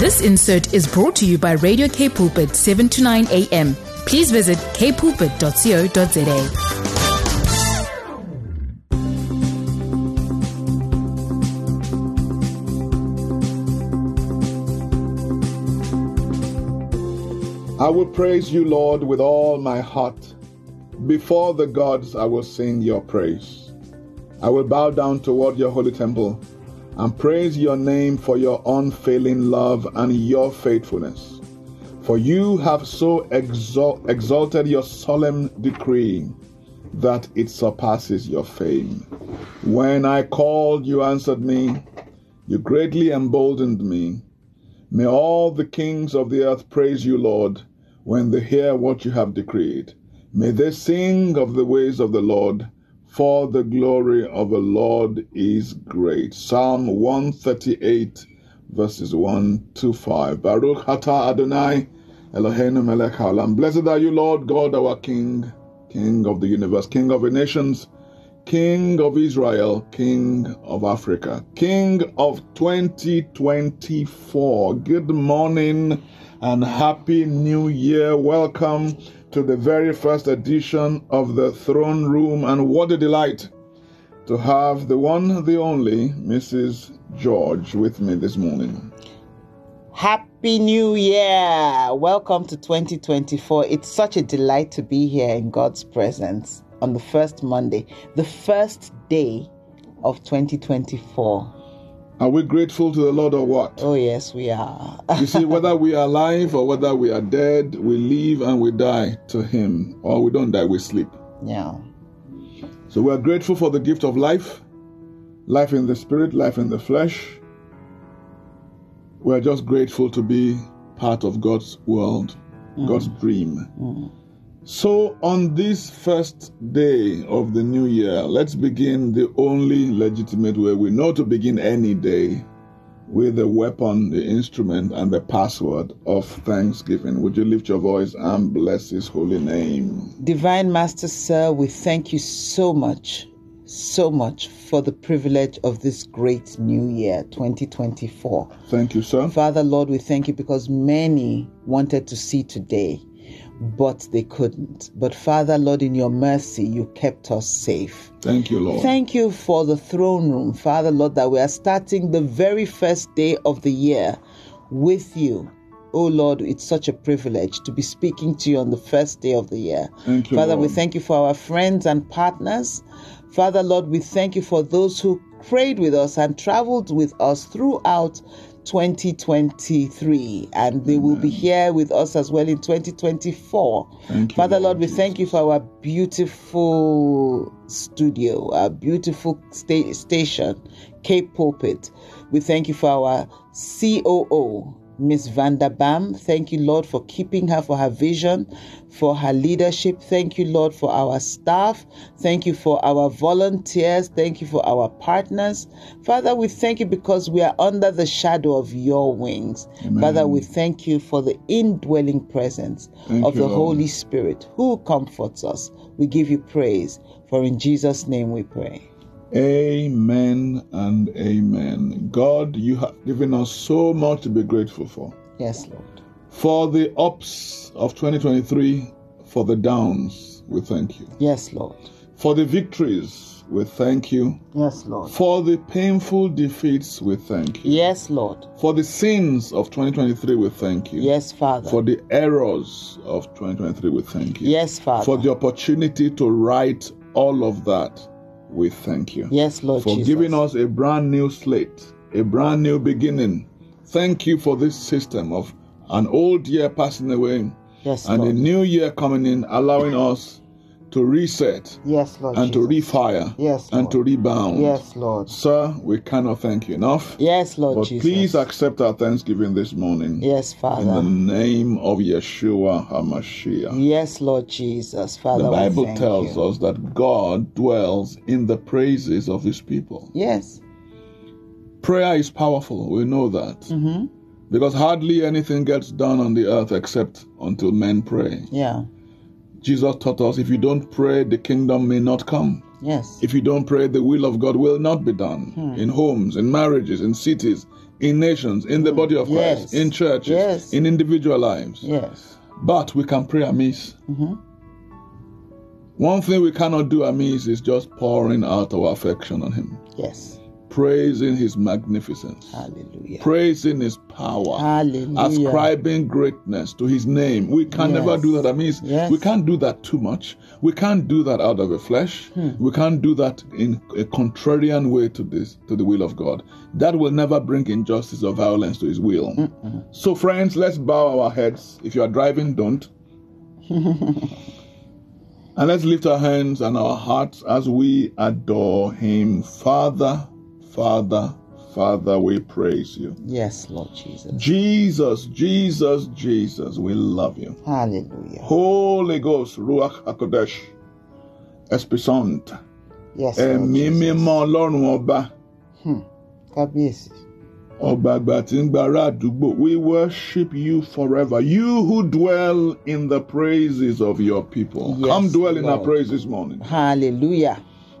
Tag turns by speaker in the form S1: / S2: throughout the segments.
S1: This insert is brought to you by Radio K Pulpit 7 to 9 a.m. Please visit kpulpit.co.za.
S2: I will praise you, Lord, with all my heart. Before the gods, I will sing your praise. I will bow down toward your holy temple and praise your name for your unfailing love and your faithfulness. For you have so exalt- exalted your solemn decree that it surpasses your fame. When I called, you answered me. You greatly emboldened me. May all the kings of the earth praise you, Lord, when they hear what you have decreed. May they sing of the ways of the Lord, for the glory of the Lord is great. Psalm 138, verses 1 to 5. Baruch Hata Adonai, Eloheinu melech haolam. Blessed are you, Lord God, our King, King of the universe, King of the nations, King of Israel, King of Africa, King of 2024. Good morning and Happy New Year. Welcome to the very first edition of the Throne Room, and what a delight to have the one, the only Mrs. George with me this morning.
S3: Happy New Year! Welcome to 2024. It's such a delight to be here in God's presence on the first Monday, the first day of 2024.
S2: Are we grateful to the Lord or what?
S3: Oh, yes, we are.
S2: You see, whether we are alive or whether we are dead, we live and we die to Him, or we don't die, we sleep.
S3: yeah,
S2: So we are grateful for the gift of life, life in the spirit, life in the flesh. We are just grateful to be part of God's world, God's dream. So on this first day of the new year, let's begin the only legitimate way we know to begin any day with the weapon, the instrument, and the password of thanksgiving. Would you lift your voice and bless His holy name?
S3: Divine Master Sir, we thank you so much, so much for the privilege of this great new year, 2024.
S2: Thank you, sir.
S3: Father, Lord, we thank you because many wanted to see today, but they couldn't. But Father, Lord, in your mercy, you kept us safe.
S2: Thank you, Lord.
S3: Thank you for the throne room, Father, Lord, that we are starting the very first day of the year with you. Oh Lord, it's such a privilege to be speaking to you on the first day of the year.
S2: Thank you,
S3: Father, we
S2: Lord.
S3: thank you for our friends and partners. Father, Lord, we thank you for those who prayed with us and traveled with us throughout 2023. And they will be here with us as well in 2024.
S2: Thank you,
S3: Father,
S2: Lord
S3: Lord, we thank you for our beautiful studio, our beautiful sta- station, Cape Pulpit. We thank you for our COO. Miss Vanda Bam, thank you, Lord, for keeping her, for her vision, for her leadership. Thank you, Lord, for our staff. Thank you for our volunteers. Thank you for our partners. Father, we thank you because we are under the shadow of your wings. Father, we thank you for the indwelling presence
S2: Thank
S3: of
S2: you,
S3: the
S2: Lord.
S3: Holy Spirit who comforts us. We give you praise, for in Jesus' name we pray.
S2: Amen and amen. God, you have given us so much to be grateful for.
S3: Yes, Lord.
S2: For the ups of 2023, for the downs, we thank you.
S3: Yes, Lord.
S2: For the victories, we thank you.
S3: Yes, Lord.
S2: For the painful defeats, we thank you.
S3: Yes, Lord.
S2: For the sins of 2023, we thank you.
S3: Yes, Father.
S2: For the errors of 2023, we thank you.
S3: yes, Father.
S2: For the opportunity to right all of that, we thank you.
S3: yes, Lord
S2: for
S3: Jesus.
S2: giving us a brand new slate, a brand new beginning. Thank you for this system of an old year passing away
S3: yes,
S2: and a
S3: Lord.
S2: new year coming in, allowing us to reset
S3: Yes, Lord
S2: and to
S3: Jesus.
S2: refire
S3: Yes,
S2: and
S3: Lord.
S2: to rebound.
S3: Yes, Lord.
S2: Sir, we cannot thank you enough.
S3: Yes, Lord
S2: but
S3: Jesus.
S2: please accept our thanksgiving this morning
S3: yes,
S2: in the
S3: Father.
S2: name of Yeshua HaMashiach.
S3: Yes, Lord Jesus. Father,
S2: the
S3: we
S2: Bible
S3: thank
S2: tells
S3: you.
S2: us that God dwells in the praises of his people.
S3: Yes.
S2: Prayer is powerful, we know that.
S3: Mm-hmm.
S2: Because hardly anything gets done on the earth except until men pray.
S3: Yeah.
S2: Jesus taught us if you don't pray, the kingdom may not come.
S3: Yes.
S2: If you don't pray, the will of God will not be done
S3: Hmm.
S2: in homes, in marriages, in cities, in nations, in the body of Christ,
S3: Yes.
S2: in churches,
S3: Yes.
S2: in individual lives.
S3: Yes.
S2: But we can pray amiss.
S3: Mm-hmm.
S2: One thing we cannot do amiss is just pouring out our affection on Him,
S3: Yes.
S2: praising His magnificence,
S3: Hallelujah.
S2: praising His power,
S3: Hallelujah.
S2: ascribing greatness to His name. We can never
S3: Yes.
S2: do that amiss.
S3: Yes.
S2: We can't do that too much. We can't do that out of the flesh.
S3: Hmm.
S2: We can't do that in a contrarian way to this, to the will of God. That will never bring injustice or violence to His will. So, friends, let's bow our heads. If you are driving, don't. And let's lift our hands and our hearts as we adore Him. Father, Father, Father, we praise you.
S3: Yes, Lord Jesus.
S2: Jesus, Jesus, Jesus, we love you.
S3: Hallelujah.
S2: Holy Ghost, Ruach HaKodesh, Espesant,
S3: Yes, Lord
S2: Ẹ̀mí
S3: Jesus.
S2: mímọ́ Ọlọ́run ọba,
S3: Kábíyèsí.
S2: ọba àgbà tí ń gba ará àdúgbò. We worship you forever. You who dwell in the praises of your people.
S3: Yes,
S2: Come dwell in our
S3: Lord.
S2: praise this morning.
S3: Hallelujah.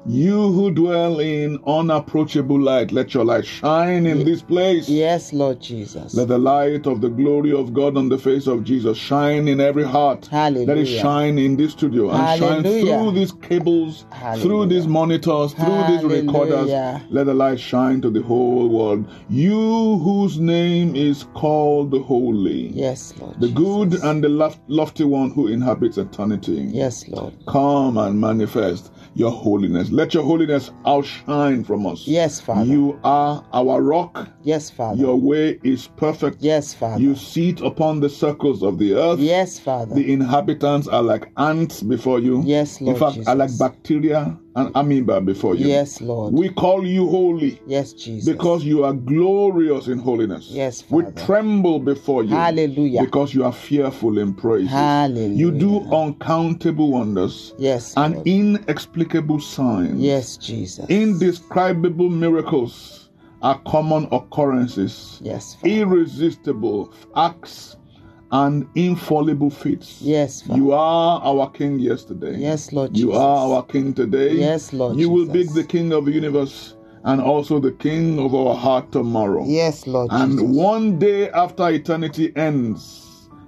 S2: You who dwell in unapproachable light, let your light shine in this place.
S3: Yes, Lord Jesus.
S2: Let the light of the glory of God on the face of Jesus shine in every heart. Let it
S3: Hallelujah.
S2: shine in this studio and
S3: Hallelujah.
S2: shine through these cables, through
S3: Hallelujah.
S2: these monitors, through these recorders.
S3: Hallelujah.
S2: Let the light shine to the whole world. You whose name is called holy,
S3: Yes, Lord
S2: the
S3: Jesus.
S2: good and the lof- lofty one who inhabits eternity.
S3: Yes, Lord.
S2: Come and manifest your holiness. Let your holiness outshine from us.
S3: Yes, Father.
S2: You are our rock.
S3: Yes, Father.
S2: Your way is perfect.
S3: Yes, Father.
S2: You sit upon the circles of the earth.
S3: Yes, Father.
S2: The inhabitants are like ants before you.
S3: Yes, Lord
S2: In fact, are like
S3: Jesus.
S2: bacteria and amoeba before you.
S3: Yes, Lord.
S2: We call you holy
S3: yes, Jesus.
S2: because you are glorious in holiness.
S3: Yes, Father.
S2: We tremble before you.
S3: Hallelujah.
S2: Because you are fearful in praise.
S3: Hallelujah.
S2: You do uncountable wonders
S3: yes,
S2: and
S3: Lord.
S2: inexplicable signs.
S3: yes, Jesus.
S2: Indescribable miracles are common occurrences
S3: yes, Father.
S2: irresistible acts and infallible feats.
S3: Yes, Father.
S2: You are our King yesterday.
S3: Yes, Lord
S2: You
S3: Jesus.
S2: are our King today.
S3: Yes, Lord
S2: You will be
S3: Jesus.
S2: the King of the universe and also the King of our heart tomorrow.
S3: yes, Lord
S2: And
S3: Jesus.
S2: one day after eternity ends,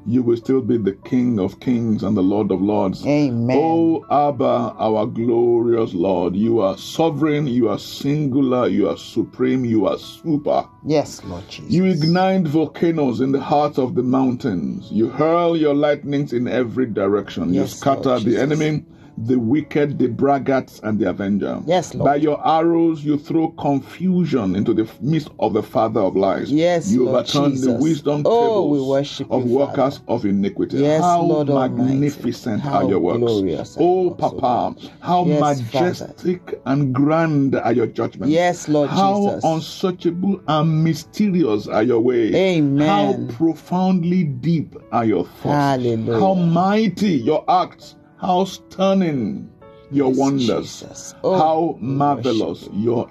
S2: you will still be the King of kings and the Lord of lords.
S3: Amen.
S2: Oh, Abba, our glorious Lord, you are sovereign, you are singular, you are supreme, you are super.
S3: yes, Lord Jesus.
S2: You ignite volcanoes in the heart of the mountains. You hurl your lightnings in every direction. you
S3: Yes, Lord
S2: scatter the
S3: Jesus.
S2: enemy, the wicked, the braggarts, and the avenger.
S3: Yes, Lord.
S2: By your arrows, you throw confusion into the midst of the father of lies.
S3: Yes,
S2: you
S3: Lord
S2: overturn the
S3: Jesus.
S2: wisdom
S3: Oh,
S2: tables
S3: we worship
S2: of
S3: you,
S2: workers of iniquity.
S3: Yes,
S2: how
S3: Lord Almighty.
S2: magnificent
S3: How
S2: are your works.
S3: glorious are your
S2: oh,
S3: works, O
S2: Papa,
S3: Lord.
S2: how
S3: Yes,
S2: majestic and grand are your judgments.
S3: Yes, Lord
S2: how
S3: Jesus.
S2: unsearchable and mysterious are your ways.
S3: Amen.
S2: How profoundly deep are your thoughts.
S3: Hallelujah.
S2: How mighty your acts. How stunning your
S3: Yes,
S2: wonders.
S3: Jesus. Oh,
S2: how
S3: we
S2: marvelous your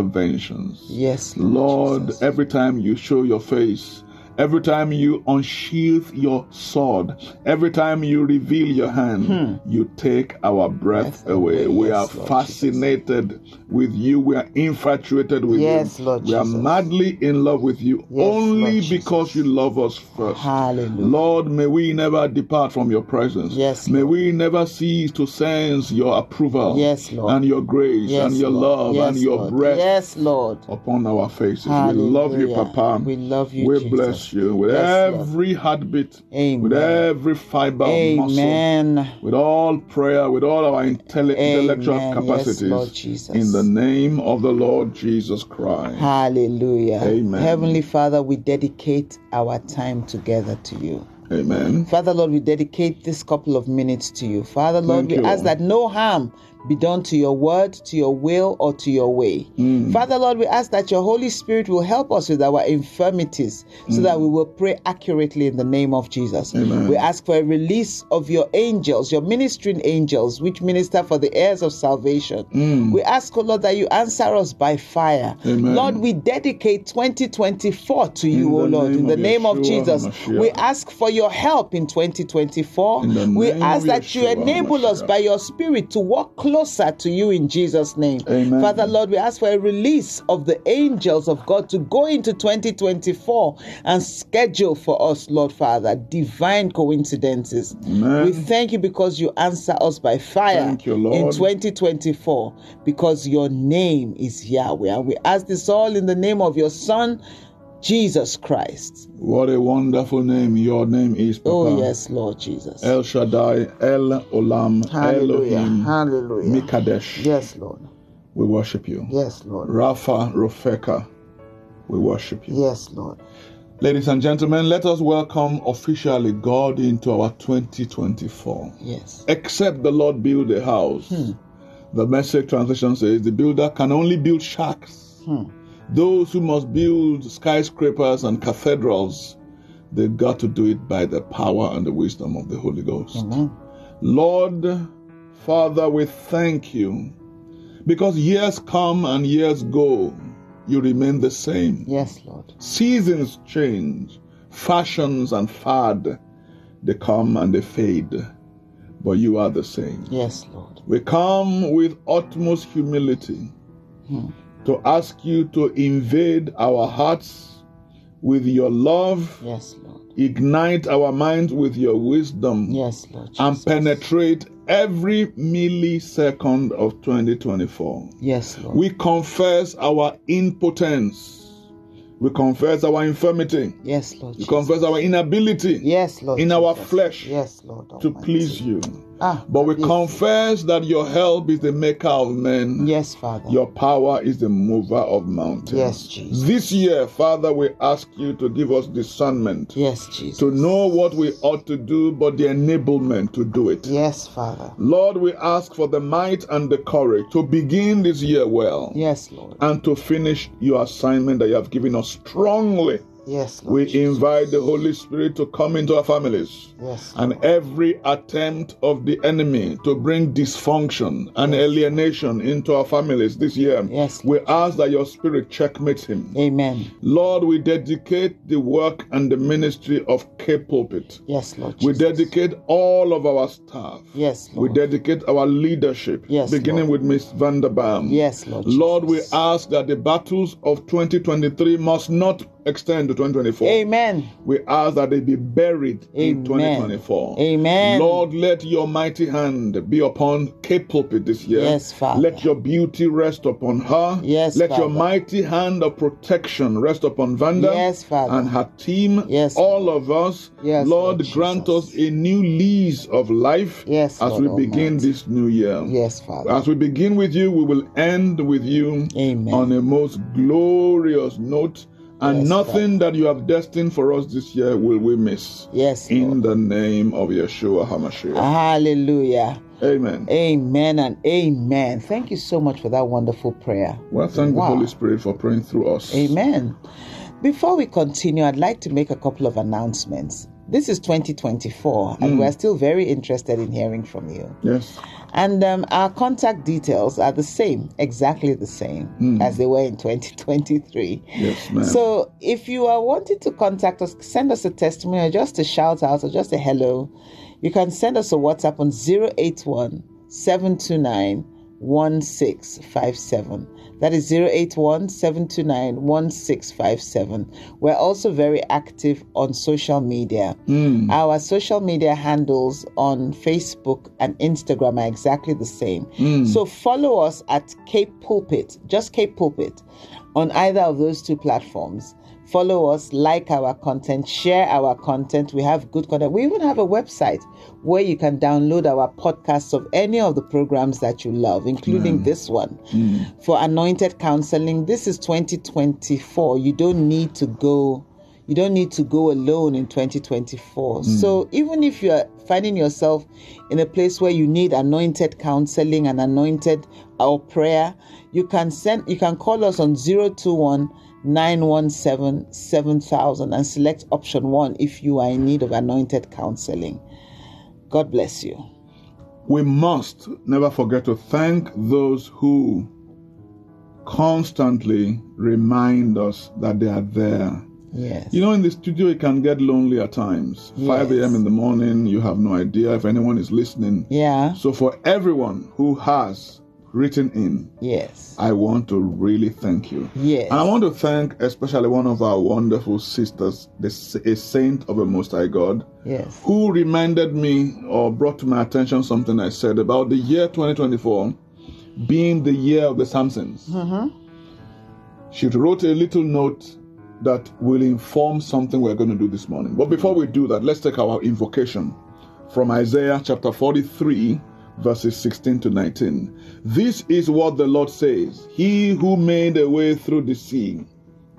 S2: interventions.
S3: Yes, Lord.
S2: Lord,
S3: Jesus.
S2: every time you show your face, every time you unsheath your sword, every time you reveal your hand, you take our breath
S3: Hmm. Breath
S2: away.
S3: away.
S2: We
S3: Yes,
S2: are
S3: Lord
S2: fascinated with you. We are infatuated with
S3: Yes,
S2: you.
S3: Lord
S2: we are
S3: Jesus.
S2: madly in love with you
S3: Yes,
S2: only
S3: Lord
S2: because you
S3: Jesus.
S2: love us first.
S3: Hallelujah.
S2: Lord, may we never depart from your presence.
S3: Yes,
S2: may
S3: Lord.
S2: we never cease to sense your approval
S3: Yes, Lord.
S2: and your grace
S3: yes,
S2: and your
S3: Lord.
S2: love
S3: yes,
S2: and your
S3: Lord.
S2: breath
S3: Yes, Lord.
S2: upon our faces. We love you,
S3: Hallelujah.
S2: Papa.
S3: We love you,
S2: We
S3: Jesus.
S2: bless you with
S3: Yes, Lord.
S2: every heartbeat, with
S3: Amen.
S2: every fiber of muscle,
S3: Amen.
S2: with all prayer, with all our intell- intellectual
S3: Amen. Yes,
S2: capacities.
S3: Lord Jesus.
S2: In the name of the Lord Jesus Christ.
S3: Hallelujah.
S2: Amen.
S3: Heavenly Father, we dedicate our time together to you.
S2: Amen.
S3: Father Lord, we dedicate this couple of minutes to you. Father Lord,
S2: Thank
S3: we
S2: you.
S3: ask that no harm be done to your word, to your will, or to your way.
S2: Mm.
S3: Father Lord, we ask that your Holy Spirit will help us with our infirmities so that we will pray accurately in the name of Jesus.
S2: Mm. Amen.
S3: We ask for a release of your angels, your ministering angels, which minister for the heirs of salvation. We ask, O Lord, that you answer us by fire.
S2: Mm. Amen.
S3: Lord, we dedicate 2024 to you, O
S2: the
S3: Lord, in
S2: name
S3: the
S2: of
S3: name of
S2: Yeshua
S3: Jesus.
S2: HaMashiach.
S3: We ask for your help in 2024.
S2: In the
S3: We
S2: name
S3: ask
S2: of
S3: that you
S2: Yeshua
S3: enable us
S2: HaMashiach.
S3: by your spirit to walk closer to you in Jesus' name.
S2: Amen.
S3: Father, Lord, we ask for a release of the angels of God to go into 2024 and schedule for us, Lord Father, divine coincidences.
S2: Amen.
S3: We thank you because you answer us by fire
S2: Thank you, Lord.
S3: in 2024 because your name is Yahweh. And we ask this all in the name of your Son, Jesus Christ.
S2: What a wonderful name your name is, Papa.
S3: Oh, yes, Lord Jesus.
S2: El Shaddai, El Olam,
S3: Hallelujah.
S2: Elohim,
S3: Hallelujah.
S2: Mikadesh.
S3: Yes, Lord.
S2: We worship you.
S3: Yes, Lord.
S2: Rafa Rofeka, we worship you.
S3: Yes, Lord.
S2: Ladies and gentlemen, let us welcome officially God into our 2024.
S3: Yes.
S2: Except the Lord build a house. The message translation says the builder can only build shacks. Those who must build skyscrapers and cathedrals, they've got to do it by the power and the wisdom of the Holy Ghost.
S3: Amen.
S2: Lord, Father, we thank you because years come and years go. You remain the same.
S3: Yes, Lord.
S2: Seasons change, fashions and fad, they come and they fade, but you are the same.
S3: Yes, Lord.
S2: We come with utmost humility to ask you to invade our hearts with your love,
S3: Yes, Lord.
S2: ignite our minds with your wisdom,
S3: Yes, Lord. Jesus.
S2: and penetrate every millisecond of 2024.
S3: Yes, Lord.
S2: We confess our impotence. We confess our infirmity.
S3: yes, Lord.
S2: We
S3: Jesus.
S2: confess our inability
S3: Yes, Lord.
S2: in our
S3: Jesus.
S2: flesh
S3: Yes, Lord.
S2: to
S3: Almighty.
S2: please you.
S3: Ah,
S2: But we
S3: yes.
S2: confess that your help is the maker of men.
S3: Yes, Father.
S2: Your power is the mover of mountains.
S3: Yes, Jesus.
S2: This year, Father, we ask you to give us discernment
S3: yes, Jesus.
S2: to know what we ought to do, but the enablement to do it.
S3: Yes, Father.
S2: Lord, we ask for the might and the courage to begin this year well
S3: Yes, Lord.
S2: and to finish your assignment that you have given us strongly.
S3: Yes, Lord.
S2: We
S3: Jesus.
S2: invite the Holy Spirit to come into our families
S3: Yes, Lord.
S2: and every attempt of the enemy to bring dysfunction and
S3: Yes.
S2: alienation into our families this year.
S3: Yes,
S2: We ask that your spirit checkmates him.
S3: Amen.
S2: Lord, we dedicate the work and the ministry of K Pulpit.
S3: Yes, Lord.
S2: We
S3: Jesus.
S2: dedicate all of our staff.
S3: Yes,
S2: We
S3: Lord.
S2: dedicate our leadership,
S3: Yes,
S2: beginning
S3: Lord.
S2: with Miss Vanderbaum.
S3: Yes, Lord
S2: Lord, we
S3: Jesus.
S2: ask that the battles of 2023 must not extend to 2024.
S3: Amen.
S2: We ask that they be buried in
S3: Amen.
S2: 2024.
S3: Amen.
S2: Lord, let your mighty hand be upon Cape Pulpit this year.
S3: Yes, Father.
S2: Let your beauty rest upon her.
S3: Yes,
S2: Let your
S3: Father.
S2: mighty hand of protection rest upon Vanda
S3: Yes, Father.
S2: and her team.
S3: Yes,
S2: all of us.
S3: Yes,
S2: Lord,
S3: Lord
S2: grant
S3: Jesus.
S2: us a new lease of life
S3: Yes,
S2: as
S3: Lord
S2: we begin
S3: Almighty.
S2: this new year.
S3: Yes, Father.
S2: As we begin with you, we will end with you
S3: Amen.
S2: on a most glorious note, and
S3: Yes,
S2: nothing that you have destined for us this year will we miss.
S3: Yes,
S2: In
S3: Lord.
S2: the name of Yeshua HaMashiach.
S3: Hallelujah.
S2: Amen.
S3: Amen and amen. Thank you so much for that wonderful prayer.
S2: Well, thank
S3: Wow.
S2: the Holy Spirit for praying through us.
S3: Amen. Before we continue, I'd like to make a couple of announcements. This is 2024,
S2: Hmm.
S3: and we're still very interested in hearing from you.
S2: Yes.
S3: And um, our contact details are the same, exactly the same as they were in 2023.
S2: Hmm. Yes, ma'am.
S3: So if you are wanting to contact us, send us a testimony or just a shout out or just a hello, you can send us a WhatsApp on 081 729 1657. That is 081 729 1657. We're also very active on social media. Our social media handles on Facebook and Instagram are exactly the same. So follow us at Cape Pulpit, just Cape Pulpit, on either of those two platforms. Follow us, like our content, share our content. We have good content. We even have a website where you can download our podcasts of any of the programs that you love, including this one for anointed counseling. This is 2024. You don't need to go you don't need to go alone in 2024. So even if you're finding yourself in a place where you need anointed counseling and anointed or prayer, you can send you can call us on 021 917 7000 and select option 1 if you are in need of anointed counseling. God bless you.
S2: We must never forget to thank those who constantly remind us that they are there
S3: Yes.
S2: You know, in the studio, it can get lonely at times. 5
S3: Yes.
S2: a.m. in the morning, you have no idea if anyone is listening.
S3: yeah.
S2: So, for everyone who has written in,
S3: Yes.
S2: I want to really thank you.
S3: Yes.
S2: And I want to thank especially one of our wonderful sisters, the, s- a saint of the Most High God,
S3: Yes.
S2: who reminded me or brought to my attention something I said about the year 2024 being the year of the Samsons. She wrote a little note that will inform something we're going to do this morning. But before we do that, let's take our invocation from Isaiah chapter 43, verses 16 to 19. This is what the Lord says He who made a way through the sea,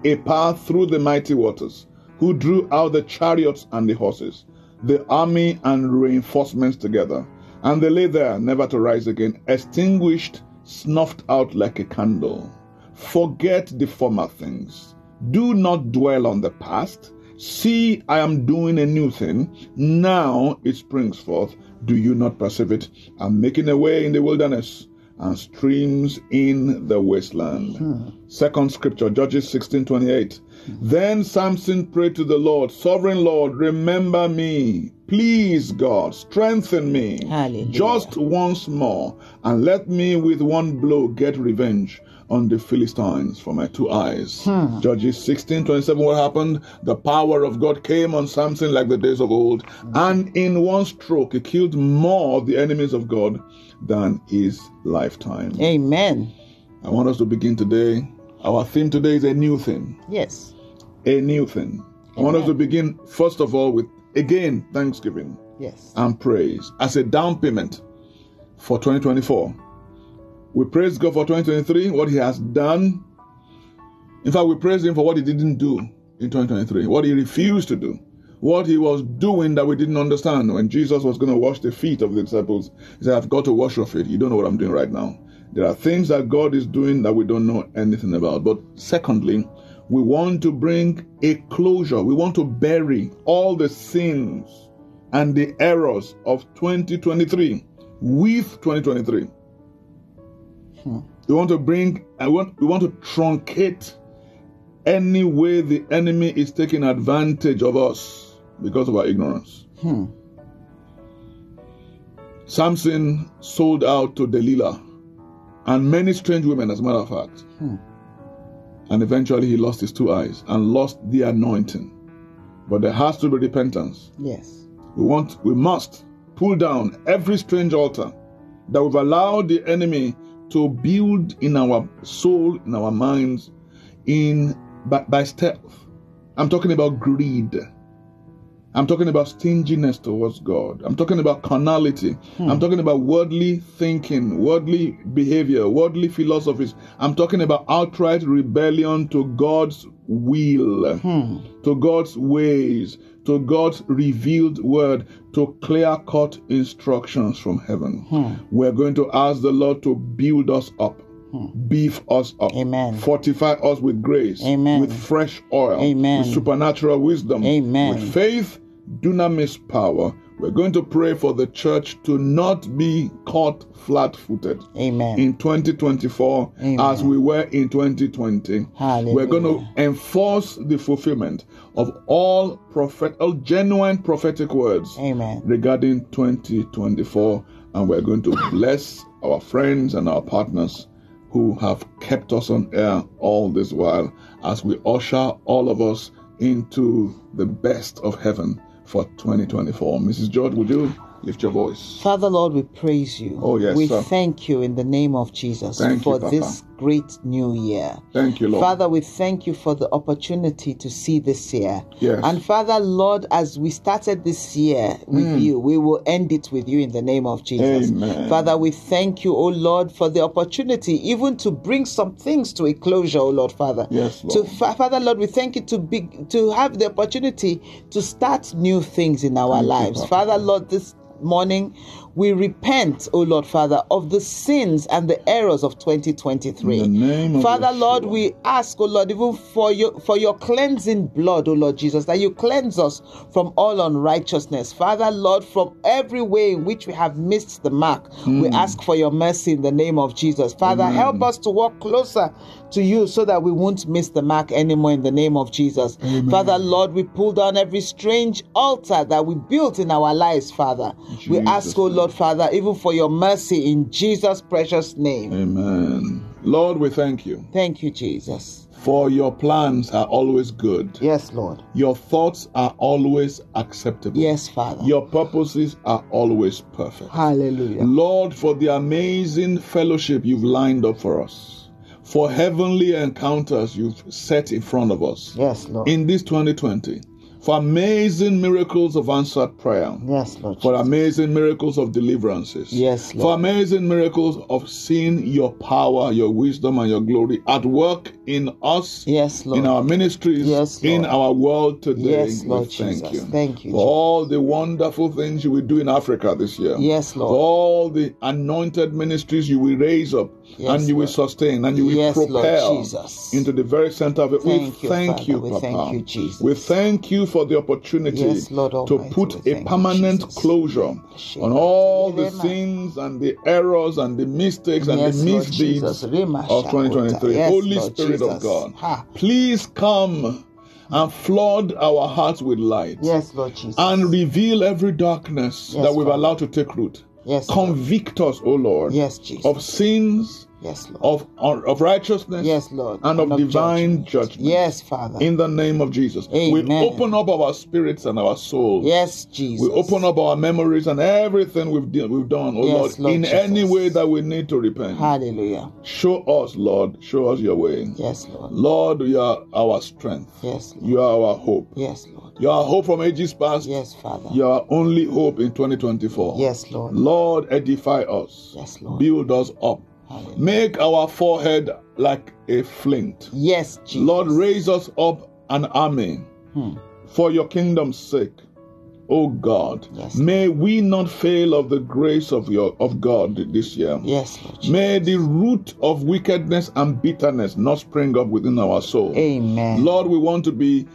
S2: a path through the mighty waters, who drew out the chariots and the horses, the army and reinforcements together, and they lay there, never to rise again, extinguished, snuffed out like a candle. Forget the former things. Do not dwell on the past. See, I am doing a new thing. Now it springs forth. Do you not perceive it? I'm making a way in the wilderness and streams in the wasteland. Second scripture, Judges 16:28. Then Samson prayed to the Lord, Sovereign Lord, remember me. Please, God, strengthen me
S3: Hallelujah.
S2: just once more, and let me with one blow get revenge on the Philistines for my two eyes. Judges 16 27, what happened? The power of God came on Samson like the days of old, and in one stroke he killed more of the enemies of God than his lifetime.
S3: Eh. Amen.
S2: I want us to begin today. Our theme today is a new thing.
S3: Yes.
S2: A new thing. I want us to begin, first of all, with again thanksgiving
S3: Yes.
S2: and praise as a down payment for 2024. We praise God for 2023, what He has done. In fact, we praise Him for what He didn't do in 2023, what He refused to do, what He was doing that we didn't understand. When Jesus was going to wash the feet of the disciples, He said, I've got to wash your feet. You don't know what I'm doing right now. There are things that God is doing that we don't know anything about. But secondly, we want to bring a closure. We want to bury all the sins and the errors of 2023 with 2023. We want to bring, I want, we want to truncate any way the enemy is taking advantage of us because of our ignorance. Samson sold out to Delilah and many strange women, as a matter of fact. And eventually he lost his two eyes and lost the anointing. But there has to be repentance.
S3: Yes.
S2: We want, we must pull down every strange altar that we've allowed the enemy to build in our soul, in our minds, in by, by stealth. I'm talking about greed. I'm talking about stinginess towards God. I'm talking about carnality. I'm talking about worldly thinking, worldly behavior, worldly philosophies. I'm talking about outright rebellion to God's will to God's ways, to God's revealed word, to clear cut instructions from heaven. We're going to ask the Lord to build us up, beef us up,
S3: Amen.
S2: fortify us with grace,
S3: Amen.
S2: with fresh oil,
S3: Amen.
S2: with supernatural wisdom,
S3: Amen.
S2: with faith, dunamis power. We're going to pray for the church to not be caught flat footed
S3: Amen.
S2: in 2024
S3: Amen.
S2: as we were in 2020.
S3: Hallelujah.
S2: We're going to enforce the fulfillment of all prophet, all genuine prophetic words
S3: Amen.
S2: regarding 2024, and we're going to bless our friends and our partners who have kept us on air all this while as we usher all of us into the best of heaven for 2024. Mrs. George, would you lift your voice?
S3: Father Lord, we praise you.
S2: Oh, yes,
S3: We
S2: sir.
S3: thank you in the name of Jesus
S2: Thank you,
S3: for
S2: Papa.
S3: this great new year.
S2: Thank you, Lord.
S3: Father, we thank you for the opportunity to see this year.
S2: Yes.
S3: And Father, Lord, as we started this year with you, we will end it with you in the name of Jesus.
S2: Mm. Amen.
S3: Father, we thank you, O Lord, for the opportunity even to bring some things to a closure, O Lord, Father.
S2: Yes,
S3: To,
S2: Lord.
S3: Fa- Father, Lord, we thank you to be to have the opportunity to start new things in our
S2: Thank you,
S3: lives.
S2: Papa.
S3: Father, Lord, this morning we repent, O Lord, Father, of the sins and the errors of 2023.
S2: In the name of
S3: Father, Lord,
S2: Yeshua.
S3: we we ask, O Lord, even for your for your cleansing blood, O Lord Jesus, that you cleanse us from all unrighteousness. Father, Lord, from every way in which we have
S2: Hmm.
S3: missed the mark, we ask for your mercy in the name of Jesus. Father, help us to walk closer to you so that we won't miss the mark anymore in the name of Jesus. Father, Lord, we pull down every strange altar that we built in our lives, Father. We ask,
S2: Jesus'
S3: oh Lord, Father, even for your mercy in Jesus' precious name.
S2: Amen. Lord, we thank you.
S3: Thank you, Jesus.
S2: For your plans are always good.
S3: Yes, Lord.
S2: Your thoughts are always acceptable.
S3: Yes, Father.
S2: Your purposes are always perfect.
S3: Hallelujah.
S2: Lord, for the amazing fellowship you've lined up for us, for heavenly encounters you've set in front of us
S3: Yes, Lord.
S2: in this 2020, for amazing miracles of answered prayer,
S3: Yes, Lord.
S2: for
S3: Jesus.
S2: amazing miracles of deliverances,
S3: Yes,
S2: for
S3: Lord.
S2: amazing miracles of seeing your power, your wisdom, and your glory at work in us
S3: Yes, Lord.
S2: in our ministries,
S3: Yes, Lord.
S2: in our world today.
S3: Yes,
S2: we
S3: Lord
S2: thank
S3: Jesus.
S2: you.
S3: Thank you,
S2: for
S3: Jesus.
S2: all the wonderful things you will do in Africa this year.
S3: Yes, Lord.
S2: For all the anointed ministries you will raise up
S3: Yes,
S2: and you will
S3: Lord.
S2: sustain and you will
S3: Yes, Lord
S2: propel
S3: Jesus.
S2: into the very center of it.
S3: Thank
S2: we
S3: you,
S2: thank
S3: Father.
S2: you,
S3: We
S2: Papa.
S3: thank you, Jesus.
S2: We thank you for the opportunity
S3: Yes, Lord
S2: to
S3: Almighty, we
S2: put a
S3: thank you,
S2: permanent
S3: Jesus.
S2: closure on all the sins and the errors and the mistakes and
S3: Yes,
S2: the
S3: Lord
S2: misdeeds
S3: Jesus. Rema
S2: of
S3: Shakota.
S2: 2023.
S3: Yes,
S2: Holy
S3: Lord
S2: Spirit of
S3: Jesus.
S2: God,
S3: Ha.
S2: please come and flood our hearts with light
S3: Yes, Lord Jesus.
S2: and reveal every darkness
S3: Yes,
S2: that we've
S3: Father.
S2: allowed to take root.
S3: yes, Lord.
S2: Convict us, O Lord,
S3: Yes, Jesus.
S2: of sins,
S3: yes, Lord.
S2: of, of righteousness,
S3: yes, Lord.
S2: and of divine judgment.
S3: Yes, Father.
S2: In the name of Jesus, we
S3: Amen.
S2: open up our spirits and our souls.
S3: yes, Jesus.
S2: We open up our memories and everything we've, de- we've done, oh
S3: Yes,
S2: Lord,
S3: Lord
S2: in any
S3: Jesus.
S2: way that we need to repent.
S3: Hallelujah.
S2: Show us, Lord, show us your way.
S3: Yes, Lord.
S2: Lord, you are our strength.
S3: Yes, Lord.
S2: You are our hope.
S3: Yes, Lord.
S2: You are our hope from ages past.
S3: Yes, Father.
S2: You are our only hope in 2024.
S3: Yes,
S2: Mm.
S3: Lord.
S2: Lord, edify us.
S3: Yes, Lord.
S2: Build us up.
S3: Hallelujah.
S2: Make our forehead like a flint.
S3: Yes, Jesus.
S2: Lord, raise us up an army
S3: Hmm.
S2: for your kingdom's sake. O God,
S3: Yes.
S2: may we not fail of the grace of your of God this year.
S3: Yes, Lord Jesus.
S2: May the root of wickedness and bitterness not spring up within our soul.
S3: Amen.
S2: Lord, we want to be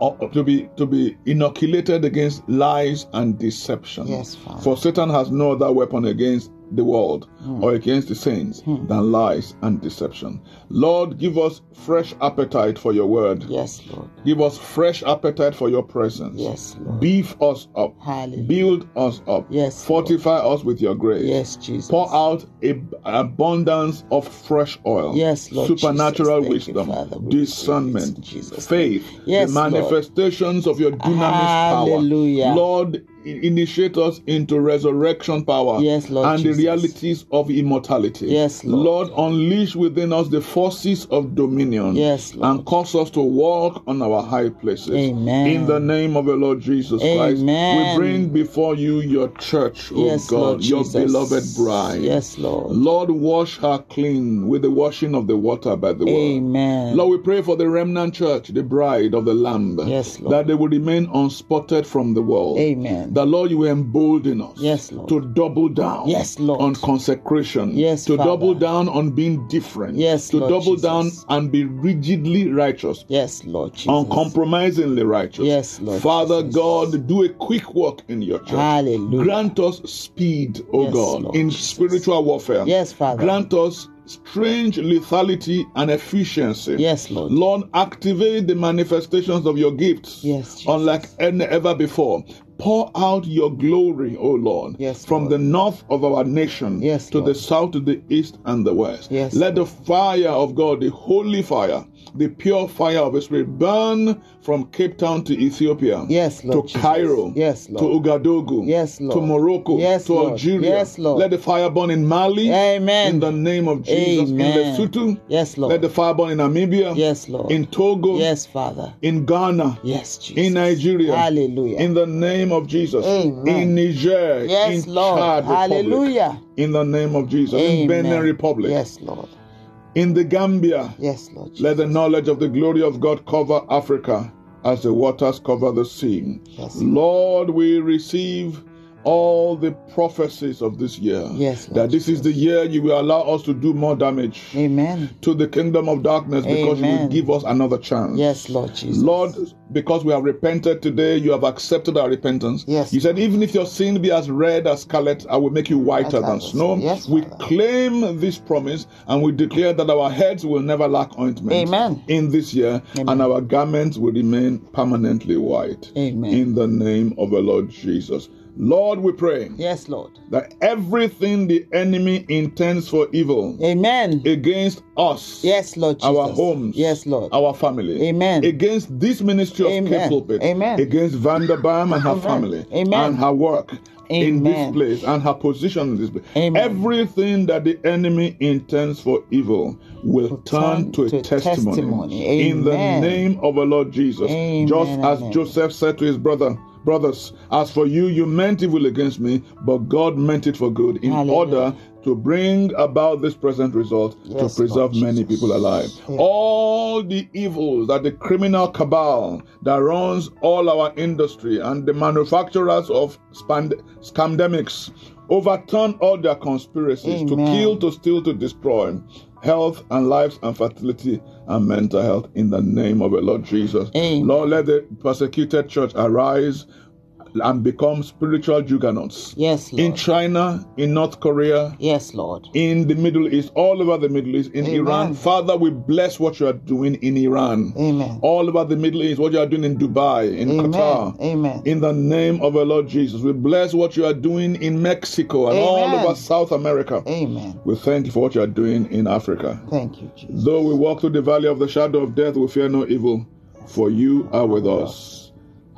S2: uh, to be to be inoculated against lies and deception.
S3: Yes, Father.
S2: For Satan has no other weapon against the world
S3: Hmm.
S2: or against the saints than lies and deception. Lord, give us fresh appetite for your word.
S3: Yes, Lord.
S2: Give us fresh appetite for your presence.
S3: Yes, Lord.
S2: Beef us up.
S3: Hallelujah.
S2: Build us up.
S3: Yes,
S2: Fortify us with your grace.
S3: Yes, Jesus.
S2: Pour out a, abundance of fresh oil.
S3: Yes, Lord
S2: Supernatural
S3: Jesus. Thank you,
S2: wisdom,
S3: Father. We receive it
S2: discernment,
S3: in Jesus'
S2: faith,
S3: name. Yes,
S2: the
S3: Lord.
S2: manifestations of your dunamis
S3: Hallelujah.
S2: power. Lord, i- initiate us into resurrection power
S3: Yes, Lord
S2: and
S3: Jesus.
S2: the realities of immortality.
S3: Yes, Lord.
S2: Lord, unleash within us the forces of dominion
S3: Yes, Lord.
S2: and cause us to walk on our high places.
S3: Amen.
S2: In the name of the Lord Jesus Christ,
S3: Amen.
S2: we bring before you your church, O
S3: Yes,
S2: God,
S3: Lord
S2: your
S3: Jesus.
S2: beloved bride.
S3: Yes, Lord.
S2: Lord, wash her clean with the washing of the water by the word.
S3: Amen.
S2: Lord, we pray for the remnant church, the bride of the Lamb,
S3: Yes, Lord.
S2: that they will remain unspotted from the world.
S3: Amen.
S2: The Lord, you embolden us
S3: Yes, Lord.
S2: to double down
S3: Yes, Lord.
S2: on consecration,
S3: Yes,
S2: to
S3: Father.
S2: double down on being different,
S3: Yes,
S2: to
S3: Lord
S2: double
S3: Jesus.
S2: down and be rigidly righteous,
S3: Yes, Lord Jesus.
S2: uncompromisingly righteous.
S3: Yes, Lord
S2: Father
S3: Jesus.
S2: God, do a quick work in your church.
S3: Hallelujah.
S2: Grant us speed, O
S3: Yes,
S2: God,
S3: Lord
S2: in
S3: Jesus.
S2: spiritual warfare.
S3: Yes, Father.
S2: Grant us strange lethality and efficiency.
S3: Yes, Lord.
S2: Lord, activate the manifestations of your gifts
S3: Yes, Jesus.
S2: unlike any ever before. Pour out your glory, O Lord,
S3: Yes,
S2: from
S3: Lord.
S2: the north of our nation
S3: Yes,
S2: to
S3: Lord.
S2: the south, to the east, and the west.
S3: Yes,
S2: Let the fire of God, the holy fire, the pure fire of His Spirit, burn from Cape Town to Ethiopia,
S3: Yes, Lord
S2: to
S3: Jesus.
S2: Cairo,
S3: Yes, Lord.
S2: to Ouagadougou,
S3: Yes,
S2: to
S3: Lord.
S2: Morocco,
S3: Yes,
S2: to
S3: Lord.
S2: Algeria.
S3: Yes, Lord.
S2: Let the fire burn in Mali,
S3: Amen.
S2: in the name of Jesus,
S3: Amen.
S2: in Lesotho.
S3: Yes, Lord.
S2: Let the fire burn in Namibia,
S3: Yes, Lord.
S2: in Togo,
S3: Yes, Father.
S2: in Ghana,
S3: Yes, Jesus.
S2: in Nigeria,
S3: Hallelujah.
S2: in the name of Jesus,
S3: Amen.
S2: in Niger,
S3: yes,
S2: in
S3: Lord.
S2: Chad Republic,
S3: Hallelujah.
S2: in the name of Jesus, in
S3: Amen.
S2: Benin Republic,
S3: Yes, Lord.
S2: in the Gambia.
S3: Yes, Lord. Jesus.
S2: Let the knowledge of the glory of God cover Africa as the waters cover the sea.
S3: Yes.
S2: Lord, we receive all the prophecies of this year.
S3: Yes, Lord
S2: that this is the year you will allow us to do more damage
S3: Amen.
S2: to the kingdom of darkness because you will
S3: Amen.
S2: give us another chance.
S3: Yes, Lord Jesus.
S2: Lord, because we have repented today, you have accepted our repentance.
S3: Yes.
S2: You said, even if your sin be as red as scarlet, I will make you whiter
S3: Whiter
S2: than
S3: than
S2: snow.
S3: snow. Yes,
S2: we
S3: Father.
S2: claim this promise and we declare that our heads will never lack ointment
S3: Amen.
S2: in this year
S3: Amen.
S2: and our garments will remain permanently white.
S3: Amen.
S2: In the name of the Lord Jesus. Lord, we pray
S3: yes, Lord.
S2: that everything the enemy intends for evil
S3: Amen.
S2: against us.
S3: yes, Lord Jesus.
S2: Our homes,
S3: Yes, Lord.
S2: Our family,
S3: Amen.
S2: Against this ministry of
S3: Amen.
S2: Cape Pulpit,
S3: Amen.
S2: Against Vanderbaam and her
S3: Amen.
S2: family,
S3: Amen.
S2: and her work in this
S3: Amen.
S2: place and her position in this place.
S3: Amen.
S2: Everything that the enemy intends for evil will turn,
S3: turn
S2: to a
S3: to
S2: testimony,
S3: testimony.
S2: in the
S3: Amen.
S2: name of the Lord Jesus.
S3: Amen
S2: Just
S3: and
S2: as
S3: amen.
S2: Joseph said to his brother. Brothers, as for you, you meant evil against me, but God meant it for good in
S3: Hallelujah.
S2: order to bring about this present result
S3: Yes,
S2: to preserve
S3: Lord
S2: many
S3: Jesus.
S2: people alive.
S3: Amen.
S2: All the evils that the criminal cabal that runs all our industry and the manufacturers of spand- scamdemics overturn all their conspiracies to
S3: Amen.
S2: kill, to steal, to destroy health and lives and fertility and mental health in the name of the Lord Jesus.
S3: Amen.
S2: Lord, let the persecuted church arise and become spiritual juggernauts.
S3: yes, Lord.
S2: In China, in North Korea,
S3: yes, Lord.
S2: in the Middle East, all over the Middle East, in
S3: Amen.
S2: Iran. Father, we bless what you are doing in Iran.
S3: Amen.
S2: All over the Middle East, what you are doing in Dubai, in
S3: Amen.
S2: Qatar.
S3: Amen.
S2: In the name of the Lord Jesus, we bless what you are doing in Mexico and all
S3: Amen.
S2: over South America.
S3: Amen.
S2: We thank you for what you are doing in Africa.
S3: Thank you, Jesus.
S2: Though we walk through the valley of the shadow of death, we fear no evil, for you are with us.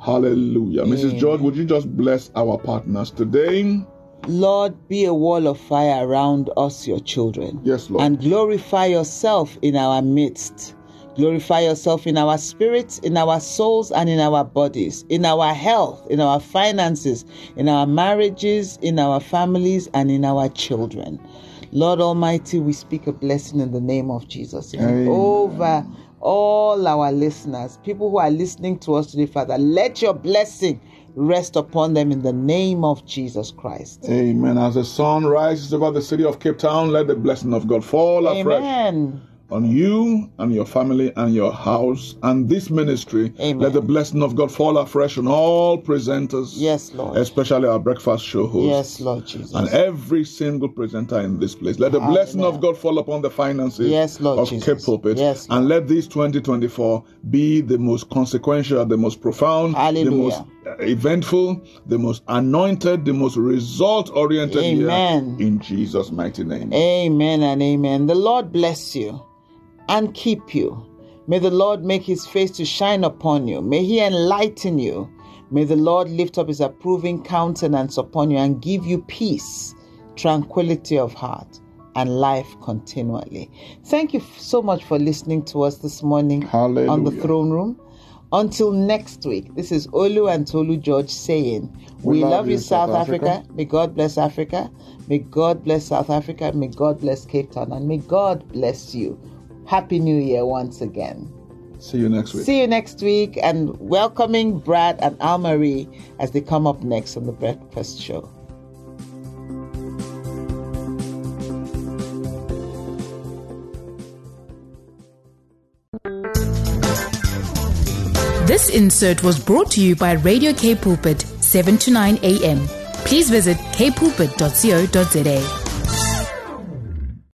S2: Hallelujah. Mrs. George, would you just bless our partners today?
S3: Lord, be a wall of fire around us, your children.
S2: Yes, Lord.
S3: And glorify yourself in our midst. Glorify yourself in our spirits, in our souls, and in our bodies, in our health, in our finances, in our marriages, in our families, and in our children. Lord Almighty, we speak a blessing in the name of Jesus. And
S2: Amen.
S3: over all our listeners, people who are listening to us today, Father, let your blessing rest upon them in the name of Jesus Christ.
S2: Amen. As the sun rises over the city of Cape Town, let the blessing of God fall afresh
S3: Amen.
S2: on you and your family and your house and this ministry.
S3: Amen.
S2: Let the blessing of God fall afresh on all presenters.
S3: Yes, Lord.
S2: Especially our breakfast show host.
S3: Yes, Lord Jesus.
S2: And every single presenter in this place. Let the blessing
S3: Amen.
S2: of God fall upon the finances
S3: Yes, Lord
S2: of
S3: Jesus.
S2: Cape Pulpit.
S3: Yes, Lord.
S2: and let this 2024 be the most consequential, the most profound, the
S3: Hallelujah.
S2: most uh, eventful, the most anointed, the most result oriented year
S3: Amen.
S2: in Jesus' mighty name.
S3: Amen and amen. The Lord bless you and keep you. May the Lord make his face to shine upon you. May he enlighten you. May the Lord lift up his approving countenance upon you and give you peace, tranquility of heart, and life continually. Thank you f- so much for listening to us this morning on the
S2: Hallelujah.
S3: throne room. Until next week, this is Olu and Tolu George saying, We, love, you, South, Africa. May God bless Africa. May God bless South Africa. May God bless Cape Town. And may God bless you. Happy New Year once again.
S2: See you next week.
S3: See you next week and welcoming Brad and Al Marie as they come up next on The Breakfast Show.
S1: This insert was brought to you by Radio K Pulpit 7 to 9 a.m. Please visit kpulpit.co.za.